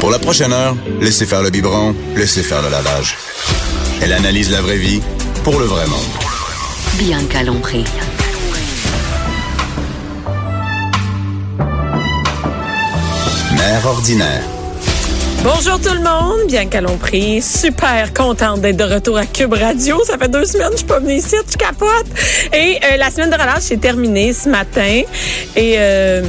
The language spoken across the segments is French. Pour la prochaine heure, laissez faire le biberon, laissez faire le lavage. Elle analyse la vraie vie pour le vrai monde. Bien calompré. Mère ordinaire. Bonjour tout le monde, bien Lompré, super contente d'être de retour à Cube Radio. Ça fait deux semaines que je suis pas venue ici, je capote. Et euh, la semaine de relâche est terminée ce matin. Et euh,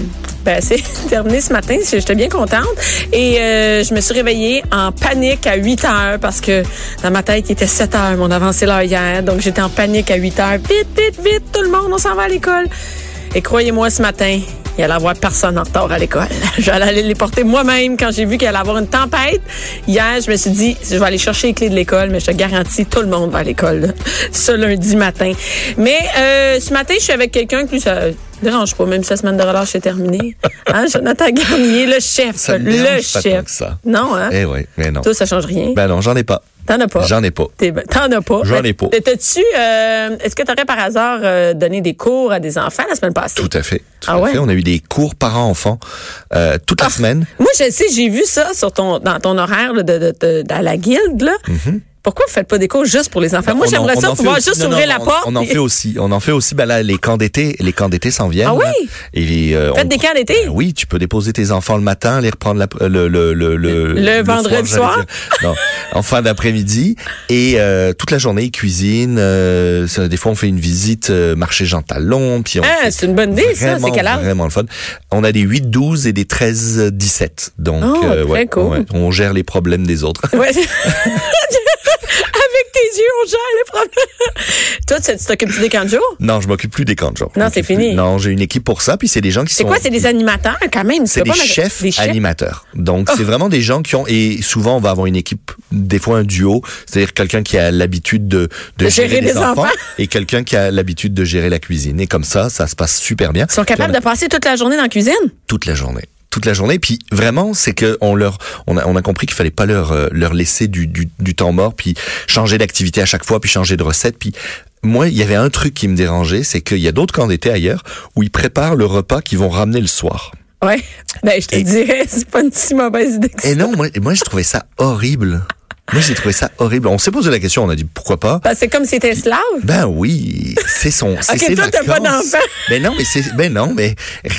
ben, c'est terminé ce matin, j'étais bien contente. Et euh, je me suis réveillée en panique à 8 heures parce que dans ma tête, il était 7 heures, mon avancé l'heure hier. Donc j'étais en panique à 8 heures. Vite, vite, vite, tout le monde, on s'en va à l'école. Et croyez-moi, ce matin, il allait avoir personne en retard à l'école. J'allais aller les porter moi-même quand j'ai vu qu'il allait avoir une tempête. Hier, je me suis dit, je vais aller chercher les clés de l'école, mais je te garantis, tout le monde va à l'école là, ce lundi matin. Mais euh, ce matin, je suis avec quelqu'un que lui, ça euh, dérange pas, même si la semaine de relâche est terminée. Hein, Jonathan Garnier, le chef. Ça me le dérange pas chef. tant que ça. Non, hein? Eh oui, mais non. Toi, ça change rien. Ben non, j'en ai pas. T'en as pas. J'en ai pas. T'es- ben, T'en as pas. J'en ai Mais pas. T'as-tu, euh, est-ce que t'aurais par hasard euh, donné des cours à des enfants la semaine passée? Tout à fait. Tout Ah à ouais? Ah. fait. On a eu des cours parents-enfants euh, toute la semaine. Moi, je sais, j'ai vu ça sur ton, dans ton horaire là, de, de, de- à la guilde. Là. Pourquoi vous faites pas des cours juste pour les enfants? Moi, Mm-hmm. On en- j'aimerais on ça en fait pouvoir aussi- juste non, non, ouvrir la on- porte. On en et- fait aussi. On en fait aussi. Ben là, les camps d'été, les camps d'été s'en viennent. Ah oui? là. Et, euh, Faites on- des camps d'été? Ben oui, tu peux déposer tes enfants le matin, les reprendre la- euh, le, le, le, le, Le vendredi j'allais soir? dire. Non, en fin d'après-midi. Et euh, toute la journée, ils cuisinent. euh, ça, des fois, on fait une visite euh, marché Jean Talon. Puis on Ah, fait c'est une bonne idée, ça. vraiment, C'est quel âge? Vraiment le fun. On a des 8-12 et des 13-17. Donc, euh, Oh, très ouais, cool. ouais, on gère les problèmes des autres. Ouais. Avec tes yeux, on gère les problèmes. Toi, tu tu t'occupes des camps de jour? non, je m'occupe plus des camps de jour. Non, Je m'occupe c'est fini. plus. Non, j'ai une équipe pour ça. Puis c'est des gens qui C'est sont... quoi? C'est des animateurs quand même? Tu C'est peux des pas mettre- chefs, Oh. des chefs? animateurs. Donc, c'est vraiment des gens qui ont, et souvent, on va avoir une équipe, des fois un duo, c'est-à-dire quelqu'un qui a l'habitude de, de gérer, des, enfants, et quelqu'un qui a l'habitude de gérer la cuisine. Et comme ça, ça se passe super bien. Ils sont capables de passer toute la journée dans la cuisine? Toute la journée. Toute la journée. Puis vraiment, c'est que on leur, on a, on a compris qu'il fallait pas leur, euh, leur laisser du, du, du temps mort, puis changer d'activité à chaque fois, puis changer de recette, puis moi, il y avait un truc qui me dérangeait, c'est qu'il y a d'autres camps d'été ailleurs où ils préparent le repas qu'ils vont ramener le soir. Ouais. Ben, je te Et- dirais, c'est pas une si mauvaise idée que ça. Et non, moi, moi j'ai trouvé ça horrible. Moi, j'ai trouvé ça horrible. On s'est posé la question, on a dit pourquoi pas. Parce que c'est comme si t'étais slave. Ben oui, c'est son, c'est Ok, ses toi, t'as pas vacances. d'enfant. Ben non, mais c'est, ben non, mais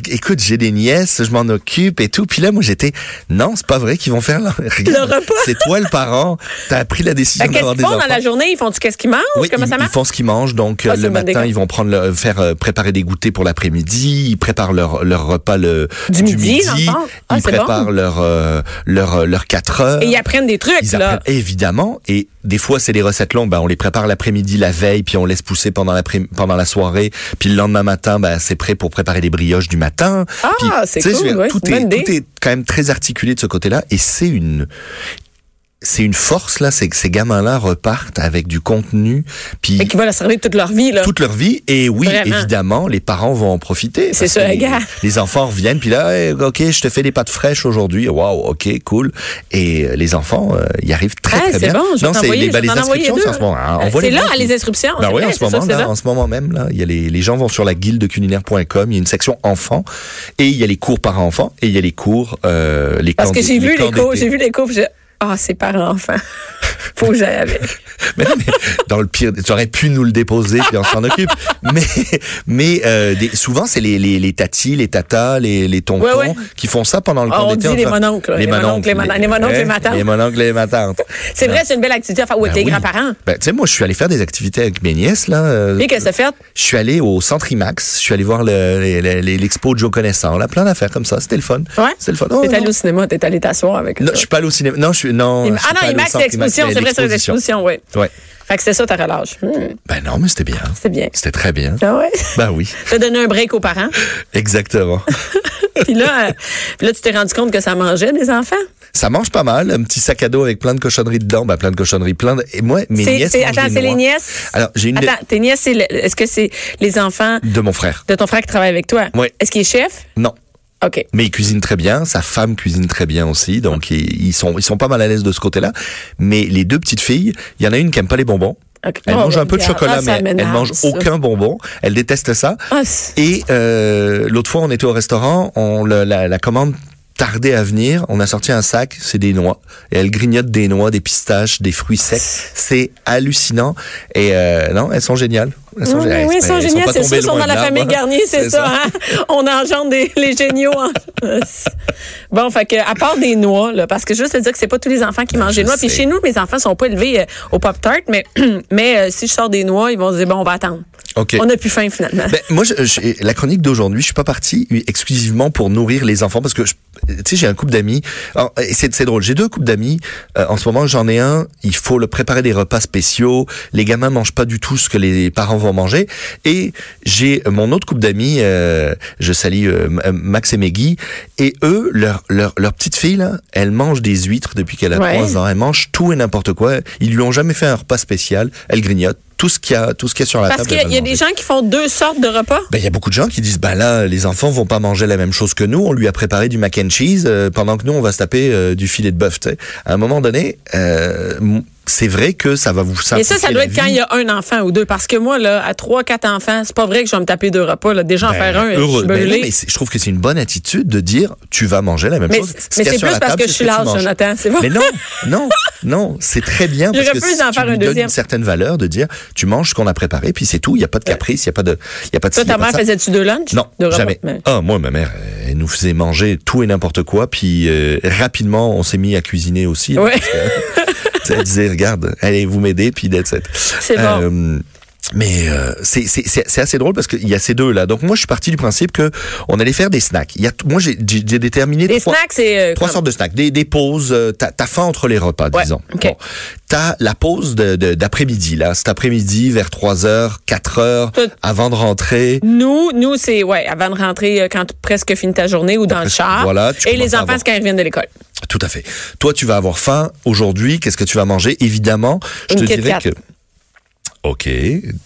écoute, j'ai des nièces, je m'en occupe et tout. Puis là, moi, j'étais, non, c'est pas vrai qu'ils vont faire leur- regarde, repas. C'est toi le parent, t'as pris la décision Fait que ben, Qu'est-ce d'avoir qu'ils des font enfants. dans la journée? Ils font-tu qu'est-ce qu'ils mangent? Oui, Comment ils, ça ils marche? font ce qu'ils mangent. Donc, euh, Ah, c'est le une bonne matin, idée. ils vont prendre le, faire euh, préparer des goûters pour l'après-midi. Ils préparent leur, leur repas le Du midi, l'enfant? Ah, ils c'est bon. préparent leur, euh, leur, leur 4 heures. Et ils apprennent des trucs, euh, Ils là. apprennent, évidemment. Et des fois, c'est des recettes longues. Ben, on les prépare l'après-midi, la veille, puis on laisse pousser pendant la, pendant la soirée. Puis le lendemain matin, ben, c'est prêt pour préparer les brioches du matin. Ah, Puis, c'est tu sais, je cool, veux dire, ouais, tout, c'est une est, bonne idée. tout est quand même très articulé de ce côté-là. Et c'est une... C'est une force là, c'est que ces gamins-là repartent avec du contenu, puis Fait qu'ils vont la servir toute leur vie, là. toute leur vie. Et oui, Vraiment. évidemment, les parents vont en profiter. C'est parce ça, que les, gars. les enfants reviennent, puis là, Hey, ok, je te fais des pâtes fraîches aujourd'hui. Waouh, ok, cool. Et euh, les enfants, euh, y arrivent très Ah, c'est très bien. bon, je vais non, c'est t'envoyer- les, je bah, vais les t'en envoyer inscriptions deux. c'est en ce moment. hein. Euh, On voit c'est là, gens qui- les inscriptions, Ben c'est oui, vrai, en ce c'est ça, moment c'est là. là, en ce moment même là, il y a les, les gens vont sur la guilde culinaire.com. Il y a une section enfants et il y a les cours par enfants et il y a les cours euh, les Parce camps que d- j'ai vu camps les cours, d'été. j'ai vu les cours, puis j'ai ah, c'est par enfant. Faut que j'aille avec. Mais non, mais dans le pire, tu aurais pu nous le déposer puis on s'en occupe. Mais mais euh, des- souvent c'est les les les tatis, les tatas, les les tontons Ouais, ouais. qui font ça pendant le Ah, camp on d'été. dit les enfin, mononcles, les mononcles, les matantes, les mononcles, les matantes. Les mononcles, les matantes. C'est vrai, c'est une belle activité à faire. Ou avec Ben les oui. grands-parents. Ben, tu sais, moi, je suis allé faire des activités avec mes nièces, là. euh, Et qu'est-ce que t'as fait? je suis allé au Centre IMAX, je suis allé voir le- les- les- les- l'expo de Joe Connaissant, là, plein d'affaires comme ça, c'était le fun. Ouais? C'était le fun. Oh, T'es allé non. au cinéma, t'es allé t'asseoir avec Non, eux. je suis pas allé au cinéma. Non, je suis, non. Il- je suis ah pas non, allé il au max centre, il max l'exposition, c'est vrai, c'est les expositions, oui. Ouais. Fait que c'est ça ta relâche. Hmm, Ben non, mais c'était bien. c'est bien. C'était très bien. Ah ouais. Ben oui, T'as donné un break aux parents. exactement. Puis là, euh, puis là, tu t'es rendu compte que ça mangeait des enfants. Ça mange pas mal, un petit sac à dos avec plein de cochonneries dedans, ben plein de cochonneries, plein de. Et moi, mes C'est- nièces. c'est- mangent attends, des c'est les noix. nièces? Alors, j'ai une de- Attends, tes nièces, c'est le- est-ce que c'est les enfants de mon frère. de ton frère qui travaille avec toi? Ouais. Est-ce qu'il est chef? Non. OK. Mais il cuisine très bien, sa femme cuisine très bien aussi, donc Ah. ils, ils sont ils sont pas mal à l'aise de ce côté-là. Mais les deux petites filles, il y en a une qui aime pas les bonbons. Ok. Elle Oh, mange un ouais, peu de Pierre. chocolat, Ah, ça mais elle- elle m'énerve, mange ça. aucun bonbon. Elle déteste ça. Ah, c'est- Et euh, l'autre fois, on était au restaurant, on la, la- la commande tardait à venir, on a sorti un sac, c'est des noix. Et elle grignote des noix, des pistaches, des fruits secs. C'est hallucinant. Et euh, non, elles sont géniales. Elles Oui, géniales. oui, ils pas- sont géniaux. pas C'est tombées sûr, ils sont loin dans de la l'arbre. famille Garnier, c'est ça. hein? On engendre des, les géniaux. hein? bon, fait que, à part des noix, là, parce que juste te dire que c'est pas tous les enfants qui mangent des je noix. Puis sais. chez nous, mes enfants sont pas élevés euh, au Pop-Tart, mais, mais euh, si je sors des noix, ils vont se dire, bon, on va attendre. Ok. On n'a plus faim, finalement. Ben, moi, je- je- la chronique d'aujourd'hui, je suis pas parti exclusivement pour nourrir les enfants parce que je- tu sais, j'ai un couple d'amis. Alors, et C'est c'est drôle, j'ai deux couples d'amis. Euh, en ce moment, j'en ai un. Il faut le préparer des repas spéciaux. Les gamins mangent pas du tout ce que les parents vont manger. Et j'ai mon autre couple d'amis. euh, je salue euh, M- Max et Meggy. Et eux, leur leur leur petite fille, là, elle mange des huîtres depuis qu'elle a Ouais. trois ans. Elle mange tout et n'importe quoi. Ils lui ont jamais fait un repas spécial. Elle grignote tout ce qu'il y a tout ce qu'il y a sur la Parce table. qu'il y a- elle va il y a le des manger. gens qui font deux sortes de repas. Ben, il y a beaucoup de gens qui disent, ben là, les enfants vont pas manger la même chose que nous. On lui a préparé du mac and cheese euh, pendant que nous, on va se taper euh, du filet de bœuf. tu sais. À un moment donné, euh, m- c'est vrai que ça va vous Et simplifier ça, ça doit la être quand vie. il y a un enfant ou deux. Parce que moi, là, à trois, quatre enfants, c'est pas vrai que je vais me taper deux repas. Là. Déjà, en Ben, faire un, je heureux. suis Ben non, brûlée. mais c'est- je trouve que c'est une bonne attitude de dire tu vas manger la même Mais- chose. mais Ce qu'il y a c'est sur plus la parce table, que je c'est suis ce tu large, manges. Jonathan, c'est bon. Mais non, non, non, c'est très bien Je parce que refuse si d'en tu faire lui un donnes deuxième. une certaine valeur de dire tu manges ce qu'on a préparé, puis c'est tout. Il y a Euh, pas de caprice, il y a pas de, il y a pas de. Toi, ci, il y a ta pas mère, de ça. faisais-tu deux lunchs? Non, Deux repas? jamais. Mais- Ah, moi, ma mère, elle nous faisait manger tout et n'importe quoi, puis euh, rapidement, on s'est mis à cuisiner aussi. Ouais. Tu sais, Elle disait, regarde, allez vous m'aider, puis that's it. C'est bon. Euh, mais euh, c'est c'est- c'est- c'est assez drôle parce qu'il y a ces deux-là. Donc moi, je suis parti du principe que on allait faire des snacks. Il Y a, t- moi, j'ai j'ai- j'ai déterminé Des trois, snacks, c'est. euh, trois comme- sortes de snacks. Des, des pauses, euh, t'as t'as faim entre les repas, Ouais, disons. ok. t'as la pause de- de- d'après-midi, là. Cet après-midi, vers 3h, 4h, Tout- avant de rentrer. Nous, nous c'est ouais, avant de rentrer, euh, quand tu presque finis ta journée ou dans le Presque, char. voilà, tu et les commences à enfants, avoir- c'est quand ils reviennent de l'école. Tout à fait. Toi, tu vas avoir faim aujourd'hui. Qu'est-ce que tu vas manger Évidemment, je Une te Kit dirais Kat. que. Ok,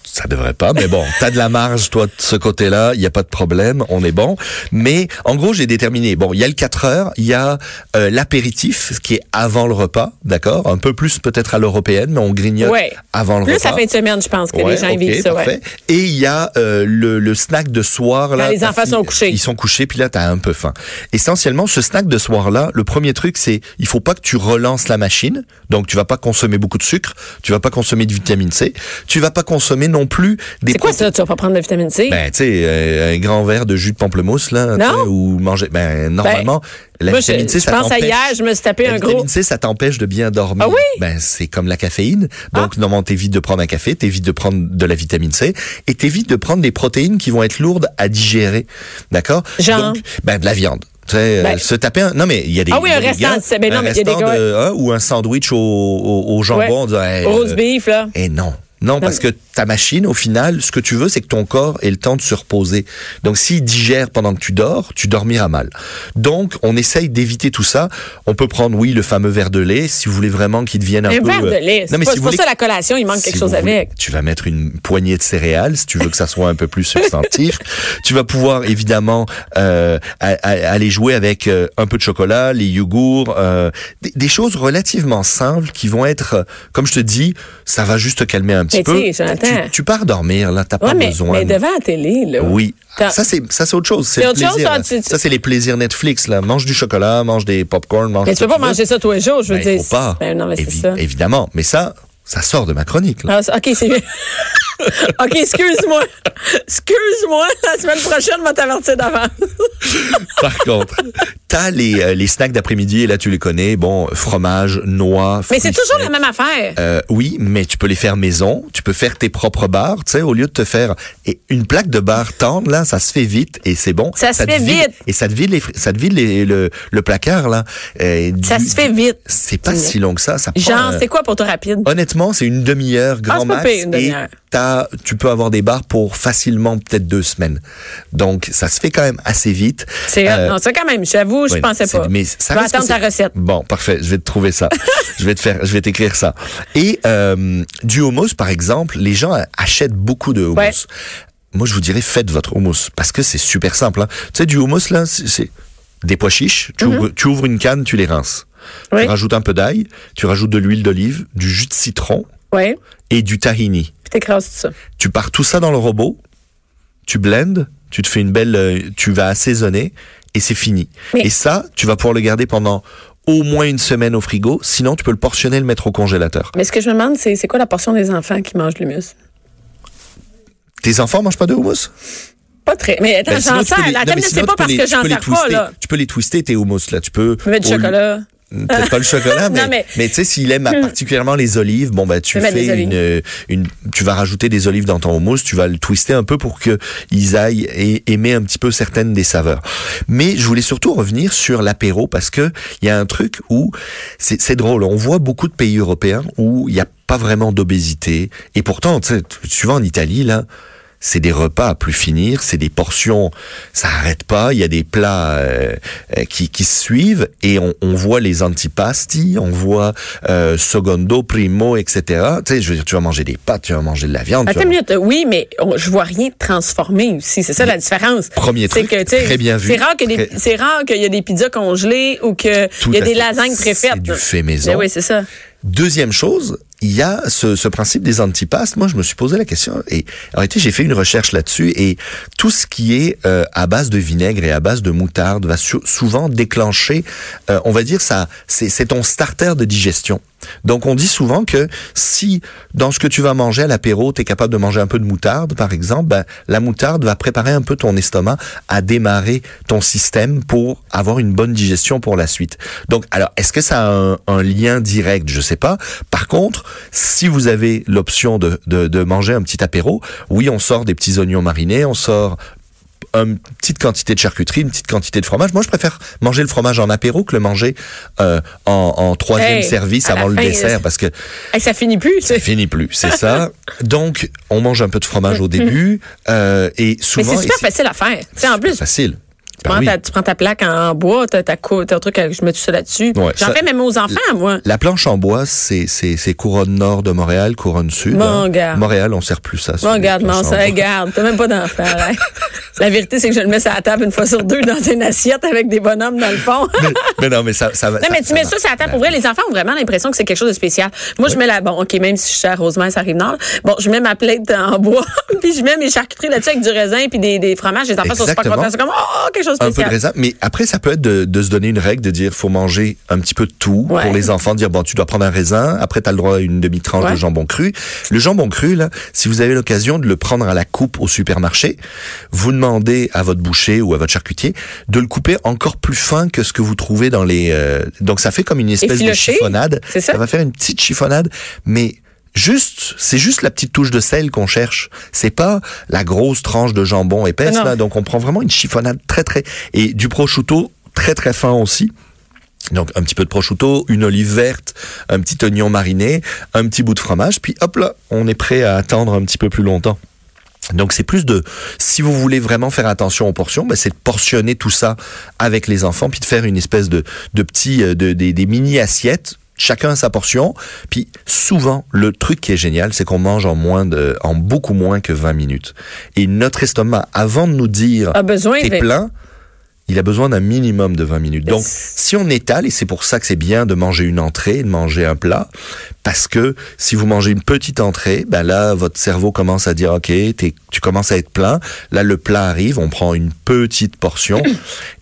ça devrait pas, mais bon, t'as de la marge, toi, de ce côté-là, il n'y a pas de problème, on est bon. Mais en gros, j'ai déterminé, bon, il y a le 4 heures, il y a euh, l'apéritif, ce qui est avant le repas, d'accord Un peu plus peut-être à l'européenne, mais on grignote Ouais. avant le Plus repas. la fin de semaine, je pense que Ouais, les gens ok, ils vivent ça. parfait. Ouais. Et il y a euh, le, le snack de soir. là, Ben, les ta enfants fille- sont couchés. Ils sont couchés, puis là, t'as un peu faim. Essentiellement, ce snack de soir-là, le premier truc, c'est il faut pas que tu relances la machine. Donc, tu vas pas consommer beaucoup de sucre, tu vas pas consommer de vitamine C, tu vas pas consommer non plus des C'est quoi protéines. ça? Tu vas pas prendre de vitamine C? Ben, tu sais, euh, un grand verre de jus de pamplemousse, là, tu Non. sais, ou manger... Ben, normalement, la Moi, je, vitamine C, je ça pense à t'empêche- hier, je me suis tapé la un vitamine gros. C, ça t'empêche de bien dormir. Ah oui? Ah. Ben, c'est comme la caféine. Donc, normalement, t'évites de prendre un café, t'évites de prendre de la vitamine C, et t'évites de prendre des protéines qui vont être lourdes à digérer. D'accord? Genre? Donc, ben, de la viande. Tu sais, Ben. euh, se taper un... Non, mais il y a des... Ah oui, il y a un des restant, gars, c'est- ben non, un mais il y a des restant gars- de- hein, ou un sandwich au, au, au Ouais. jambon. on dit, hey, Rose euh, beef, là. et non. Non, parce que ta machine, au final, ce que tu veux, c'est que ton corps ait le temps de se reposer. Donc, s'il digère pendant que tu dors, tu dormiras mal. Donc, on essaye d'éviter tout ça. On peut prendre, oui, le fameux verre de lait, si vous voulez vraiment qu'il devienne un, Un peu... verre de euh, lait. C'est Non, mais pas- si c'est vous pour voulez- ça la collation, il manque si quelque chose vous voulez- avec. Tu vas mettre une poignée de céréales si tu veux que ça soit un peu plus substantif. tu vas pouvoir évidemment euh, a- a- aller jouer avec euh, un peu de chocolat, les yogourts, euh, des, des choses relativement simples qui vont être, euh, comme je te dis, ça va juste te calmer un petit Mais peu. tu sais, Jonathan. Tu, tu pars dormir là, t'as Ouais, pas mais, besoin. mais de- devant la télé, là. oui. T'as- Ça c'est ça c'est autre chose, c'est C'est le autre chose, plaisir, hein, là. tu- tu- ça c'est les plaisirs Netflix là, mange du chocolat, mange des popcorn, mange Mais tu ce peux que pas veux. manger ça tous les jours, je veux Ben, dire. faut pas. Ben non, mais c'est Évi- ça. Évidemment, mais ça ça sort de ma chronique là. Ah, c'est- OK, c'est bien. OK, excuse-moi. Excuse-moi. La semaine prochaine, on va t'avertir d'avance. Par contre, T'as les, euh, les snacks d'après-midi, et là, tu les connais. Bon, fromage, noix, Mais fruits c'est toujours la secs. même affaire. Euh, oui, mais tu peux les faire maison, tu peux faire tes propres barres, tu sais, au lieu de te faire et une plaque de barres tendre, là, ça se fait vite et c'est bon. Ça se te fait vide- vite. Et ça te vide, les, fri- ça te vide les- le, le placard, là. Euh, Ça du- se fait vite. C'est pas Mais- si long que ça. ça prend, Genre, euh, c'est quoi pour toi rapide? Honnêtement, c'est une demi-heure Ah, grand c'est pas max pire, une et demi-heure. t'as- tu peux avoir des barres pour facilement peut-être deux semaines. Donc ça se fait quand même assez vite. C'est Euh, non, ça quand même, j'avoue, je oui, pensais c'est- pas. Mais ça je vais reste que attendre ta c'est- recette. Bon, parfait. Je vais te trouver ça. je vais te faire, je vais t'écrire ça. Et euh, du hummus, par exemple, les gens achètent beaucoup de hummus. Ouais. Moi, je vous dirais, faites votre hummus parce que c'est super simple. hein. Tu sais, du hummus là, c'est- c'est des pois chiches. Tu, ouvres, tu ouvres une canne, tu les rinces. Mhm. Oui. Tu rajoutes un peu d'ail, tu rajoutes de l'huile d'olive, du jus de citron Oui, et du tahini. puis t'écrases tout ça. Tu pars tout ça dans le robot, tu blends, tu te fais une belle, euh, tu vas assaisonner et c'est fini. Mais- Et ça, tu vas pouvoir le garder pendant au moins une semaine au frigo, sinon tu peux le portionner et le mettre au congélateur. Mais ce que je me demande, c'est c'est quoi la portion des enfants qui mangent l'humus? Tes enfants mangent pas de houmous Pas très. Mais attends, Ben, sinon, Ah, j'en tu peux sers. les- La non, tête, mais c'est sinon, pas tu peux parce les- que tu j'en peux les sers pas, twister. là. Tu peux les twister tes houmous là, tu peux Tu mets du au lieu- chocolat. Peut-être pas le chocolat, mais, Non, mais- mais tu sais, s'il aime particulièrement les olives, bon, bah, Je tu vais mettre fais des olives. une, euh, une, tu vas rajouter des olives dans ton houmous, tu vas le twister un peu pour que ils aillent et aimer un petit peu certaines des saveurs. Mais je voulais surtout revenir sur l'apéro parce que il y a un truc où c'est c'est drôle. On voit beaucoup de pays européens où il n'y a pas vraiment d'obésité et pourtant, tu sais, tu- tu vas en Italie, là, c'est des repas à plus finir, c'est des portions, ça arrête pas, il y a des plats euh, euh, qui, qui se suivent et on, on voit les antipasti, on voit euh, secondo, primo, etc. Tu sais, je veux dire, tu vas manger des pâtes, tu vas manger de la viande. tu Attends vas- une minute. euh, Oui, mais on- je vois rien de transformé aussi. C'est ça la différence. Premier C'est truc, que, tu sais, très bien vu. C'est rare que des- Très- c'est rare qu'il y a des pizzas congelées ou qu'il Tout y a à des fait. lasagnes préfaites. C'est du fait maison. Ben oui, c'est ça. Deuxième chose, il y a ce, ce principe des antipastes. Moi, je me suis posé la question et en réalité, j'ai fait une recherche là-dessus et tout ce qui est euh, à base de vinaigre et à base de moutarde va sou- souvent déclencher, euh, on va dire ça, c'est c'est ton starter de digestion. Donc, on dit souvent que si dans ce que tu vas manger à l'apéro, tu es capable de manger un peu de moutarde, par exemple, ben, la moutarde va préparer un peu ton estomac à démarrer ton système pour avoir une bonne digestion pour la suite. Donc, alors, est-ce que ça a un, un lien direct Je sais pas. Par contre, si vous avez l'option de, de, de manger un petit apéro, oui, on sort des petits oignons marinés, on sort une petite quantité de charcuterie, une petite quantité de fromage. Moi, je préfère manger le fromage en apéro que le manger euh, en, en troisième Hey, service à la avant le fin, euh, dessert, c'est- parce que Hey, ça finit plus. tu sais. ça finit plus, c'est ça. Donc, on mange un peu de fromage au début, euh, et Mais souvent... c'est super et facile à faire. Tu sais, en plus, facile. tu Ben prends, oui. ta, tu prends ta plaque en bois, t'as ta cou- t'as un truc, à- je mets tout ça là-dessus. Ouais, J'en ça- fais même aux enfants, moi. La planche en bois, c'est c'est- c'est couronne nord de Montréal, couronne sud. Mon hein. gars. Montréal, on sert plus ça. Bon, regarde, non, ça, regarde. T'as même pas d'enfant, arrête. La vérité, c'est que je le mets sur la table une fois sur deux dans une assiette avec des bonhommes dans le fond. mais, mais non, mais ça, ça va. Non, mais tu mets ça marche. sur la table. Pour vrai, les enfants ont vraiment l'impression que c'est quelque chose de spécial. Moi, je mets la, bon, OK, même si je suis à Rosemère, ça arrive nord. Bon, je mets ma plainte en bois, puis je mets mes charcuteries là-dessus avec du raisin puis des, des fromages. Les enfants sont super Exactement. contents. C'est comme, oh, quelque chose de un peu de spécial. raisin, mais après ça peut être de, de se donner une règle de dire faut manger un petit peu de tout Ouais. pour les enfants dire bon tu dois prendre un raisin après tu as le droit à une demi tranche Ouais. de jambon cru le jambon cru là si vous avez l'occasion de le prendre à la coupe au supermarché vous demandez à votre boucher ou à votre charcutier de le couper encore plus fin que ce que vous trouvez dans les euh, donc ça fait comme une espèce de filoché, chiffonnade c'est ça? va faire une petite chiffonnade mais Juste, c'est juste la petite touche de sel qu'on cherche. C'est pas la grosse tranche de jambon épaisse Ah Non. là, donc on prend vraiment une chiffonnade très très et du prosciutto très très fin aussi. Donc un petit peu de prosciutto, une olive verte, un petit oignon mariné, un petit bout de fromage, puis hop là, on est prêt à attendre un petit peu plus longtemps. Donc c'est plus de, si vous voulez vraiment faire attention aux portions, ben, c'est de portionner tout ça avec les enfants, puis de faire une espèce de, de petits, euh, de, des, des mini assiettes, chacun sa portion. Puis souvent, le truc qui est génial, c'est qu'on mange en moins de, en beaucoup moins que 20 minutes. Et notre estomac, avant de nous dire A besoin t'es de- plein, il a besoin d'un minimum de 20 minutes. Donc, si on étale, et c'est pour ça que c'est bien de manger une entrée, de manger un plat, parce que si vous mangez une petite entrée, ben là, votre cerveau commence à dire, OK, t'es- tu commences à être plein. Là, le plat arrive, on prend une petite portion.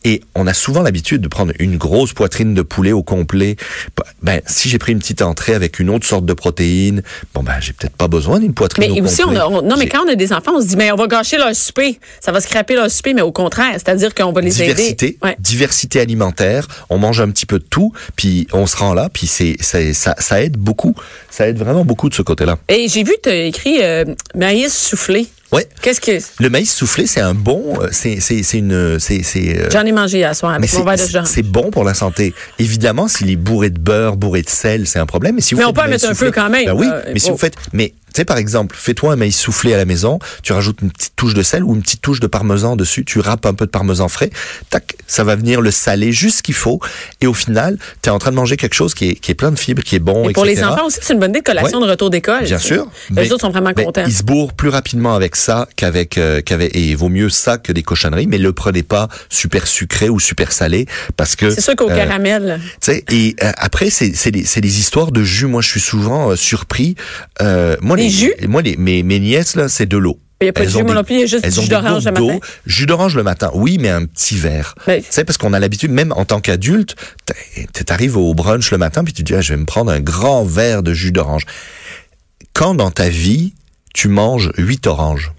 Et on a souvent l'habitude de prendre une grosse poitrine de poulet au complet. Ben, si j'ai pris une petite entrée avec une autre sorte de protéines, bon, ben, j'ai peut-être pas besoin d'une poitrine Mais au aussi, on complet. a- on- non, mais J'ai- quand on a des enfants, on se dit, mais on va gâcher leur souper. Ça va scraper leur souper, mais au contraire, c'est-à-dire qu'on va les aider. diversité, Ouais. diversité alimentaire. On mange un petit peu de tout, puis on se rend là, puis c'est, c'est- ça, ça aide beaucoup. Ça aide vraiment beaucoup de ce côté-là. Et j'ai vu, tu as écrit euh, maïs soufflé. Ouais. Qu'est-ce que. Le maïs soufflé, c'est un bon, euh, c'est, c'est, c'est une, c'est, c'est, euh, J'en ai mangé hier soir mais avec c'est, mon verre de c'est- Jean. c'est bon pour la santé. Évidemment, s'il est bourré de beurre, bourré de sel, c'est un problème. Mais, si vous Mais on faites peut du en maïs mettre un soufflé- peu quand même. Ben oui, Euh, mais si bon. vous faites, mais tu sais par exemple, fais-toi un maïs soufflé à la maison, tu rajoutes une petite touche de sel ou une petite touche de parmesan dessus, tu râpes un peu de parmesan frais, tac, ça va venir le saler juste ce qu'il faut, et au final, tu es en train de manger quelque chose qui est, qui est plein de fibres, qui est bon, Et pour les etc.. enfants aussi, c'est une bonne idée de collation Ouais. de retour d'école. Bien tu sais. sûr. Les autres sont vraiment mais contents. Ils Ben, se bourrent plus rapidement avec ça qu'avec euh, qu'avec et il vaut mieux ça que des cochonneries. Mais le prenez pas super sucré ou super salé parce que C'est sûr qu'au euh, caramel. tu sais, et euh, après, c'est c'est des, c'est des histoires de jus. Moi, je suis souvent euh, surpris. Euh, moi, Les jus? Moi, les, mes, mes nièces, là, c'est de l'eau. Il y a pas de jus, ont moi des- non plus, il y a juste elles du ont jus des d'orange le gouttes d'eau. matin. Jus d'orange le matin, oui, mais un petit verre. Mais- Tu sais, parce qu'on a l'habitude, même en tant qu'adulte, t'es- t'es- t'arrives au brunch le matin, puis tu dis, ah, je vais me prendre un grand verre de jus d'orange. Quand dans ta vie, tu manges huit oranges,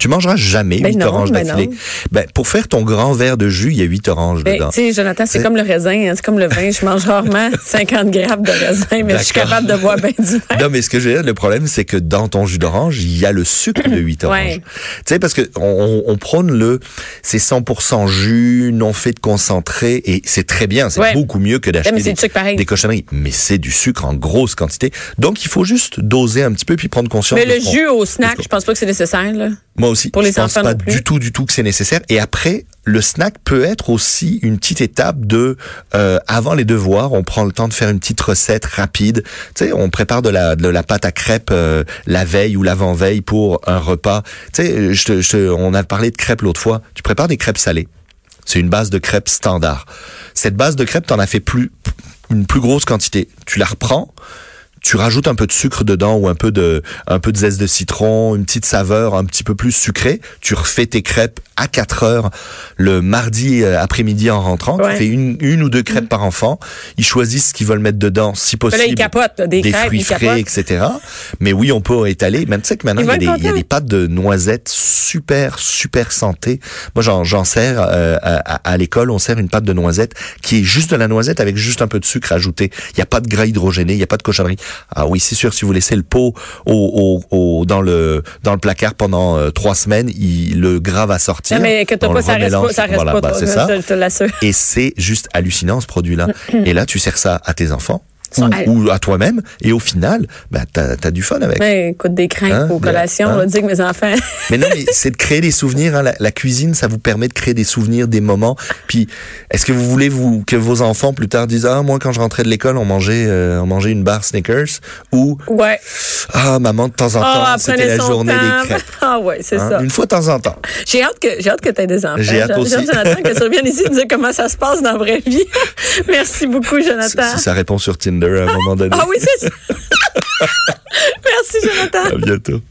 tu mangeras jamais Ben huit non, oranges ben d'affilée. non. Ben, pour faire ton grand verre de jus, il y a huit oranges Ben, dedans. tu sais, Jonathan, c'est C'est- comme le raisin, hein, c'est comme le vin. Je mange rarement 50 grammes de raisin, mais je suis D'accord. capable de boire bien du vin. Non, mais ce que je veux dire, le problème, c'est que dans ton jus d'orange, il y a le sucre de 8 oranges. Ouais. Tu sais, parce que on, on- on prône le, c'est 100% jus, non fait de concentré, et c'est très bien, c'est Ouais. beaucoup mieux que Ouais, Eh, mais c'est d'acheter du sucre pareil. des, des cochonneries. Mais c'est du sucre en grosse quantité. Donc, il faut juste doser un petit peu, puis prendre conscience. Mais de le ce qu'on- jus au de ce snack, qu'on- je pense pas que c'est nécessaire. Là. moi aussi. Pour les je pense enfants pas non plus. du tout, du tout que c'est nécessaire. Et après, le snack peut être aussi une petite étape de euh, avant les devoirs, on prend le temps de faire une petite recette rapide. Tu sais, on prépare de la de la pâte à crêpes euh, la veille ou l'avant veille pour un repas. Tu sais, euh, je te- je te- on a parlé de crêpes l'autre fois. Tu prépares des crêpes salées. C'est une base de crêpes standard. Cette base de crêpes, t'en as fait plus une plus grosse quantité. Tu la reprends tu rajoutes un peu de sucre dedans ou un peu de un peu de zeste de citron, une petite saveur un petit peu plus sucrée. Tu refais tes crêpes à 4 heures le mardi euh, après-midi en rentrant. Ouais. Mmh. Tu fais une, une ou deux crêpes par enfant. Ils choisissent ce qu'ils veulent mettre dedans, si là, possible. ils capotent, là, des crêpes, fruits ils frais, etc. Mais oui, on peut étaler. Même tu sais que maintenant Ils il y, a vont des, être il y a contents. des pâtes de noisettes super super santé. Moi, j'en j'en sers euh, à, à- à l'école. On sert une pâte de noisette qui est juste de la noisette avec juste un peu de sucre ajouté. Il n'y a pas de gras hydrogéné, il n'y a pas de cochonnerie. Ah oui, c'est sûr. Si vous laissez le pot au, au, au- dans le dans le placard pendant euh, trois semaines, il, le gras va sortir. Non, mais que t'as On pas, le ça reste pas, remélange. ça reste Voilà, pas. bah, toi, c'est je- ça. Je te l'assure. Et c'est juste hallucinant ce produit-là. Et là, tu sers ça à tes enfants Sont- ou, ou à toi-même, et au final, bah, t'as as du fun avec. Mais écoute, des crêpes Hein, aux bien, collations, hein. on dit que mes enfants. Mais non, mais c'est de créer des souvenirs. hein. La, la cuisine, ça vous permet de créer des souvenirs, des moments. Puis, est-ce que vous voulez vous que vos enfants plus tard disent ah moi quand je rentrais de l'école on mangeait euh, on mangeait une barre Snickers ou Ouais. ah maman de temps en temps Ah, c'était prenez la son journée temps. des crêpes. Ah, ouais, c'est hein. ça. Une fois de temps en temps. J'ai hâte que j'ai hâte que tu aies des enfants. J'ai hâte aussi. Jonathan, que tu reviennes ici et nous dire comment ça se passe dans la vraie vie. Merci beaucoup, Si Jonathan. si ça répond sur Tinder à un moment donné. ah oui, c'est ça. Merci, Jonathan. À bientôt.